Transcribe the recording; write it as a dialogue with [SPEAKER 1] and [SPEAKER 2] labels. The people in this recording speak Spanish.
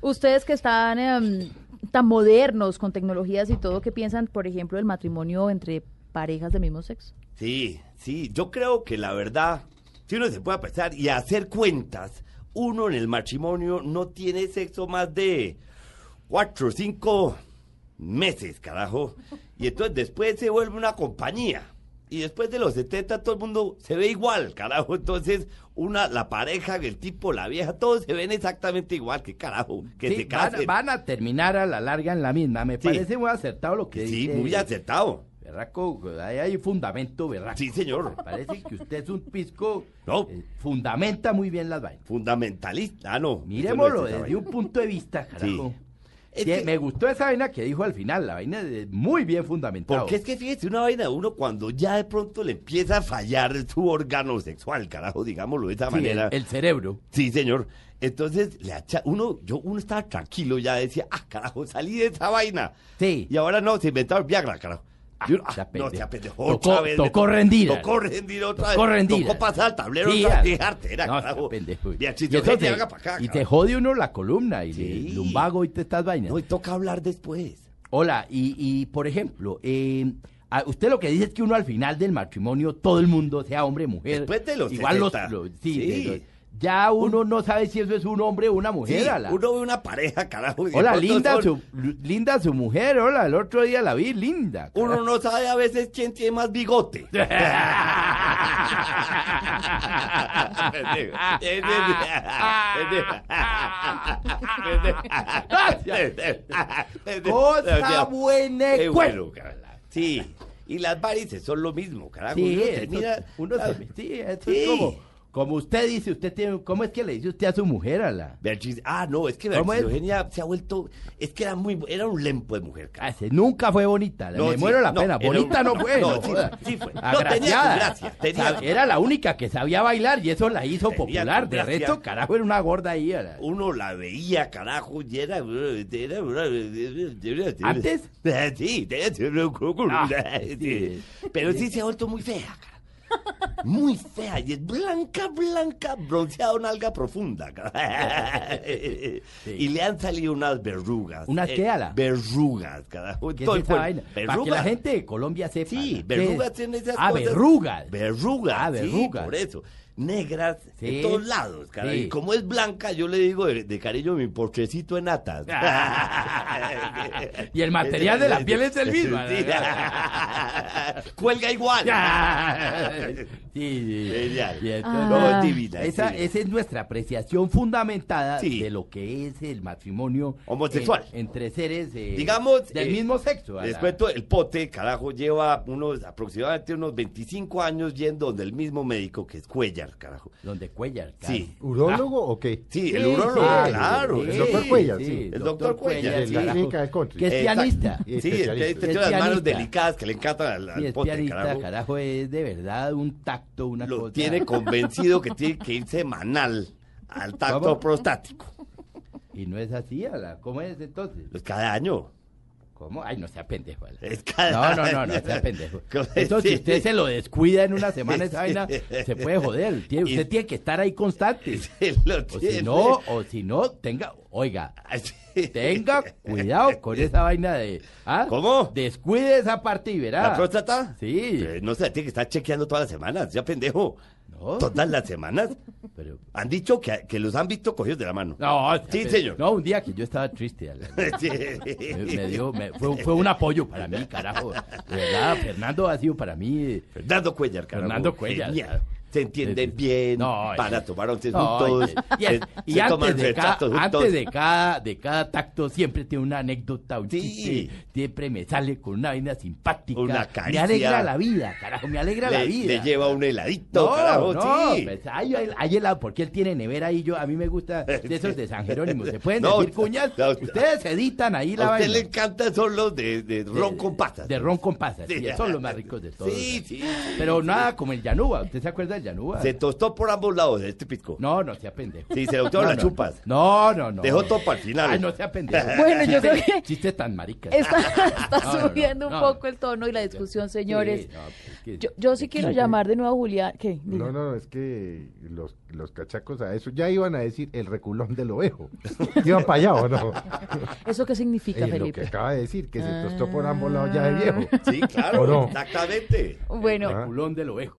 [SPEAKER 1] Ustedes que están em, tan modernos con tecnologías y todo, ¿qué piensan, por ejemplo, del matrimonio entre parejas del mismo sexo?
[SPEAKER 2] Sí, sí, yo creo que la verdad, si uno se puede pensar y hacer cuentas, uno en el matrimonio no tiene sexo más de cuatro o cinco meses, carajo. Y entonces después se vuelve una compañía. Y después de los 70 todo el mundo se ve igual, carajo. Entonces, una, la pareja, el tipo, la vieja, todos se ven exactamente igual, que carajo, que
[SPEAKER 3] Sí,
[SPEAKER 2] se
[SPEAKER 3] van,
[SPEAKER 2] casen.
[SPEAKER 3] van a terminar a la larga en la misma. Me
[SPEAKER 2] Sí.
[SPEAKER 3] parece muy acertado lo que
[SPEAKER 2] sí,
[SPEAKER 3] dice.
[SPEAKER 2] muy acertado.
[SPEAKER 3] Berraco, ahí hay fundamento, berraco.
[SPEAKER 2] Sí, señor.
[SPEAKER 3] Me parece que usted es un pisco.
[SPEAKER 2] No.
[SPEAKER 3] eh, fundamenta muy bien las vainas.
[SPEAKER 2] Fundamentalista. Ah, no. eso no es
[SPEAKER 3] Miremoslo
[SPEAKER 2] esa
[SPEAKER 3] desde
[SPEAKER 2] vaina.
[SPEAKER 3] un punto de vista, carajo.
[SPEAKER 2] Es
[SPEAKER 3] Sí,
[SPEAKER 2] que-
[SPEAKER 3] Me gustó esa vaina que dijo al final, la vaina de muy bien fundamentada.
[SPEAKER 2] Porque es que fíjese, una vaina de uno cuando ya de pronto le empieza a fallar su órgano sexual, carajo, digámoslo de esa manera.
[SPEAKER 3] el, el cerebro.
[SPEAKER 2] Sí, señor. Entonces, le acha- uno, yo, uno estaba tranquilo, ya decía, ah, carajo, salí de esa vaina.
[SPEAKER 3] Sí.
[SPEAKER 2] Y ahora no, se inventaron Viagra, carajo.
[SPEAKER 3] Ah,
[SPEAKER 2] Y uno, ah,
[SPEAKER 3] se
[SPEAKER 2] no,
[SPEAKER 3] apende-
[SPEAKER 2] se apendejó
[SPEAKER 3] tocó-
[SPEAKER 2] otra vez. me
[SPEAKER 3] tocó rendir.
[SPEAKER 2] Tocó rendir otra vez.
[SPEAKER 3] Tocó rendir.
[SPEAKER 2] Tocó pasar al tablero
[SPEAKER 3] Sí,
[SPEAKER 2] otra vez.
[SPEAKER 3] a-
[SPEAKER 2] Qué jartera,
[SPEAKER 3] no,
[SPEAKER 2] carajo.
[SPEAKER 3] está pendejo.
[SPEAKER 2] Beatriz,
[SPEAKER 3] Y
[SPEAKER 2] ojalá te
[SPEAKER 3] entonces-
[SPEAKER 2] haga pa' acá,
[SPEAKER 3] Y te
[SPEAKER 2] carajo.
[SPEAKER 3] jode uno la columna y
[SPEAKER 2] Sí.
[SPEAKER 3] el lumbago y te estas vainas.
[SPEAKER 2] No, y toca hablar después.
[SPEAKER 3] Hola, y, y, por ejemplo, eh, a- usted lo que dice es que uno al final del matrimonio, todo el mundo, sea hombre, mujer.
[SPEAKER 2] Después de los
[SPEAKER 3] igual los,
[SPEAKER 2] 70.
[SPEAKER 3] los- sí,
[SPEAKER 2] Sí.
[SPEAKER 3] de los- ya uno no sabe si eso es un hombre o una
[SPEAKER 2] Sí,
[SPEAKER 3] mujer. ala.
[SPEAKER 2] uno ve una pareja, carajo. y de
[SPEAKER 3] hola,
[SPEAKER 2] pronto
[SPEAKER 3] linda
[SPEAKER 2] son-
[SPEAKER 3] su, linda su mujer. Hola, el otro día la vi, linda.
[SPEAKER 2] Uno no sabe a veces quién tiene más bigote. Pendejo. Pendejo.
[SPEAKER 3] Cosa
[SPEAKER 2] Pendejo.
[SPEAKER 3] buena, pues.
[SPEAKER 2] Qué
[SPEAKER 3] cuero.
[SPEAKER 2] bueno, carajo. Sí, y las varices son lo mismo, carajo.
[SPEAKER 3] Sí,
[SPEAKER 2] Ah, uno
[SPEAKER 3] eso-
[SPEAKER 2] termina-
[SPEAKER 3] uno
[SPEAKER 2] ah,
[SPEAKER 3] se- sí, esto
[SPEAKER 2] sí.
[SPEAKER 3] es como, como usted dice, usted tiene, ¿cómo es que le dice usted a su mujer, ala?
[SPEAKER 2] Beatriz- ah, no, es que
[SPEAKER 3] ¿Cómo
[SPEAKER 2] Beatriz
[SPEAKER 3] es?
[SPEAKER 2] Eugenia se ha vuelto, es que era muy, era un lempo de mujer, carajo.
[SPEAKER 3] Ah, sí, nunca fue bonita.
[SPEAKER 2] No,
[SPEAKER 3] me
[SPEAKER 2] sí,
[SPEAKER 3] muero la
[SPEAKER 2] no,
[SPEAKER 3] pena.
[SPEAKER 2] era
[SPEAKER 3] bonita
[SPEAKER 2] un-
[SPEAKER 3] no fue.
[SPEAKER 2] no,
[SPEAKER 3] no
[SPEAKER 2] sí,
[SPEAKER 3] joda.
[SPEAKER 2] sí fue. No, tenía su
[SPEAKER 3] Agraciada.
[SPEAKER 2] gracia, tenía
[SPEAKER 3] Sab-
[SPEAKER 2] su-
[SPEAKER 3] Era la única que sabía bailar y eso la hizo
[SPEAKER 2] Tenía
[SPEAKER 3] popular.
[SPEAKER 2] su
[SPEAKER 3] De
[SPEAKER 2] gracia.
[SPEAKER 3] resto, carajo, era una gorda ahí. era-
[SPEAKER 2] uno la veía, carajo, y era... era-
[SPEAKER 3] ¿Antes?
[SPEAKER 2] Ah, Sí,
[SPEAKER 3] Ah,
[SPEAKER 2] sí.
[SPEAKER 3] sí.
[SPEAKER 2] pero sí se ha vuelto muy fea, carajo. Muy fea, y es blanca, blanca, bronceada, una alga profunda. carajo. Y le han salido unas verrugas. eh,
[SPEAKER 3] ¿Unas qué, ala?
[SPEAKER 2] Verrugas, carajo.
[SPEAKER 3] ¿Qué es
[SPEAKER 2] todo el
[SPEAKER 3] esa
[SPEAKER 2] cuerpo.
[SPEAKER 3] vaina? Para que la
[SPEAKER 2] Verrugas.
[SPEAKER 3] gente de Colombia sepa.
[SPEAKER 2] Sí,
[SPEAKER 3] ¿no?
[SPEAKER 2] verrugas
[SPEAKER 3] ¿Qué?
[SPEAKER 2] tienen esas
[SPEAKER 3] ah,
[SPEAKER 2] cosas.
[SPEAKER 3] verrugas.
[SPEAKER 2] Verrugas.
[SPEAKER 3] Ah, verrugas.
[SPEAKER 2] Sí, por eso. Negras
[SPEAKER 3] Sí.
[SPEAKER 2] de todos lados, caray.
[SPEAKER 3] Sí.
[SPEAKER 2] Y como es blanca, yo le digo de, de cariño mi porchecito en atas.
[SPEAKER 3] Y el material de la piel es el mismo.
[SPEAKER 2] Sí. Cuelga igual.
[SPEAKER 3] Ya. sí, sí.
[SPEAKER 2] Genial.
[SPEAKER 3] Y entonces-
[SPEAKER 1] Ah.
[SPEAKER 2] No, es divina. es
[SPEAKER 3] Esa,
[SPEAKER 2] divina.
[SPEAKER 3] esa es nuestra apreciación fundamentada
[SPEAKER 2] Sí.
[SPEAKER 3] de lo que es el matrimonio
[SPEAKER 2] Homosexual.
[SPEAKER 3] en- entre seres eh,
[SPEAKER 2] Digamos,
[SPEAKER 3] del
[SPEAKER 2] eh,
[SPEAKER 3] mismo sexo. a la-
[SPEAKER 2] Les cuento, el pote, carajo, lleva unos aproximadamente unos 25 años yendo donde el mismo médico que es Cuellar, carajo.
[SPEAKER 3] Donde Cuellar.
[SPEAKER 2] Sí. Ah,
[SPEAKER 4] ¿Urólogo o qué?
[SPEAKER 2] Sí, el
[SPEAKER 3] Sí,
[SPEAKER 2] urólogo,
[SPEAKER 4] sí,
[SPEAKER 2] claro.
[SPEAKER 4] sí,
[SPEAKER 2] el
[SPEAKER 4] el
[SPEAKER 2] doctor
[SPEAKER 4] doctor Cuellar, sí.
[SPEAKER 2] El doctor Cuellar,
[SPEAKER 4] de la
[SPEAKER 2] sí.
[SPEAKER 4] clínica del country.
[SPEAKER 3] Que es
[SPEAKER 2] Exacto.
[SPEAKER 3] pianista.
[SPEAKER 4] Y es
[SPEAKER 2] Sí, el que
[SPEAKER 4] especialista.
[SPEAKER 2] tiene
[SPEAKER 3] Es
[SPEAKER 2] las manos
[SPEAKER 3] pianista.
[SPEAKER 2] delicadas que le encantan al, al
[SPEAKER 3] Sí, es
[SPEAKER 2] pote,
[SPEAKER 3] pianista,
[SPEAKER 2] carajo.
[SPEAKER 3] carajo. es de verdad un tacto, una
[SPEAKER 2] Lo
[SPEAKER 3] cosa.
[SPEAKER 2] tiene convencido que tiene que ir semanal al tacto
[SPEAKER 3] ¿Cómo?
[SPEAKER 2] prostático.
[SPEAKER 3] Y no es así, ala. ¿cómo es entonces?
[SPEAKER 2] Pues cada año.
[SPEAKER 3] ¿Cómo? Ay, no sea pendejo. ala.
[SPEAKER 2] Es
[SPEAKER 3] No,
[SPEAKER 2] cada
[SPEAKER 3] no, no, no
[SPEAKER 2] año.
[SPEAKER 3] sea pendejo.
[SPEAKER 2] ¿Cómo es?
[SPEAKER 3] Eso si
[SPEAKER 2] Sí,
[SPEAKER 3] usted
[SPEAKER 2] sí.
[SPEAKER 3] se lo descuida en una semana esa vaina, se puede joder. Tiene-
[SPEAKER 2] Y-
[SPEAKER 3] Usted tiene que estar ahí constante.
[SPEAKER 2] Se lo
[SPEAKER 3] O si
[SPEAKER 2] tiene.
[SPEAKER 3] no, o si no, tenga, oiga,
[SPEAKER 2] Así.
[SPEAKER 3] tenga cuidado con esa vaina de. ¿ah?
[SPEAKER 2] ¿Cómo?
[SPEAKER 3] Descuide esa parte y verá.
[SPEAKER 2] ¿La próstata?
[SPEAKER 3] Sí.
[SPEAKER 2] Pero no se la tiene que estar chequeando todas las semanas, ya pendejo.
[SPEAKER 3] No.
[SPEAKER 2] Todas las semanas.
[SPEAKER 3] Pero-
[SPEAKER 2] Han dicho que, que los han visto cogidos de la mano.
[SPEAKER 3] No,
[SPEAKER 2] Sí,
[SPEAKER 3] pe-
[SPEAKER 2] señor.
[SPEAKER 3] No, un día que yo estaba triste. ala.
[SPEAKER 2] Sí.
[SPEAKER 3] Me, me dio- me- fue, fue un apoyo para mí, carajo. De verdad, Fernando ha sido para mí. eh,
[SPEAKER 2] Fernando Cuellar, carajo.
[SPEAKER 3] Fernando Cuellar.
[SPEAKER 2] Genial. Se entienden
[SPEAKER 3] Eh,
[SPEAKER 2] bien,
[SPEAKER 3] no,
[SPEAKER 2] van a
[SPEAKER 3] eh,
[SPEAKER 2] tomar once
[SPEAKER 3] no,
[SPEAKER 2] juntos,
[SPEAKER 3] y,
[SPEAKER 2] se-
[SPEAKER 3] y
[SPEAKER 2] se
[SPEAKER 3] antes,
[SPEAKER 2] toman
[SPEAKER 3] de
[SPEAKER 2] retratos
[SPEAKER 3] cada,
[SPEAKER 2] juntos.
[SPEAKER 3] antes de cada de cada tacto siempre tiene una anécdota, un
[SPEAKER 2] Sí.
[SPEAKER 3] chiste, siempre me sale con una vaina simpática,
[SPEAKER 2] Una
[SPEAKER 3] me
[SPEAKER 2] caricia.
[SPEAKER 3] alegra la vida, carajo, me alegra la
[SPEAKER 2] le,
[SPEAKER 3] vida.
[SPEAKER 2] le lleva un heladito,
[SPEAKER 3] no,
[SPEAKER 2] carajo,
[SPEAKER 3] no,
[SPEAKER 2] sí.
[SPEAKER 3] pues, hay, hay- hay helado, porque él tiene nevera ahí, yo, a mí me gusta de esos de San Jerónimo, se pueden
[SPEAKER 2] No,
[SPEAKER 3] decir cuñas,
[SPEAKER 2] no,
[SPEAKER 3] ustedes editan ahí la
[SPEAKER 2] a usted
[SPEAKER 3] vaina.
[SPEAKER 2] le encantan son los de, de ron con patas.
[SPEAKER 3] De ron con pasas, sí,
[SPEAKER 2] Sí.
[SPEAKER 3] son los más ricos de todos.
[SPEAKER 2] Sí, sí, sí,
[SPEAKER 3] Pero nada como el Yanuba, ¿usted se acuerda del Yanuba.
[SPEAKER 2] Se tostó por ambos lados, este pisco.
[SPEAKER 3] No, no sea pendejo.
[SPEAKER 2] Sí, se le gustaron
[SPEAKER 3] No,
[SPEAKER 2] las
[SPEAKER 3] no.
[SPEAKER 2] chupas.
[SPEAKER 3] No, no, no.
[SPEAKER 2] Dejó todo para el final.
[SPEAKER 3] Ay, no sea pendejo.
[SPEAKER 1] Bueno, yo
[SPEAKER 3] Chiste-
[SPEAKER 1] creo que-
[SPEAKER 3] Chiste tan marica.
[SPEAKER 1] Está, está
[SPEAKER 3] No, no, no,
[SPEAKER 1] subiendo
[SPEAKER 3] no,
[SPEAKER 1] un
[SPEAKER 3] no.
[SPEAKER 1] poco el tono y la discusión,
[SPEAKER 3] Sí,
[SPEAKER 1] señores.
[SPEAKER 3] no, pues, que-
[SPEAKER 1] Yo, yo sí quiero llamar de nuevo a Julián. ¿Qué? Diga.
[SPEAKER 4] No, no, es que los, los cachacos a eso ya iban a decir el reculón del ovejo. Iban para allá o no.
[SPEAKER 1] ¿Eso qué significa,
[SPEAKER 4] Es lo que
[SPEAKER 1] Felipe?
[SPEAKER 4] acaba de decir, que se tostó por ambos lados ya de viejo.
[SPEAKER 2] Sí, claro.
[SPEAKER 4] ¿O no?
[SPEAKER 2] Exactamente.
[SPEAKER 1] Bueno,
[SPEAKER 4] Ah.
[SPEAKER 3] Culón del ovejo.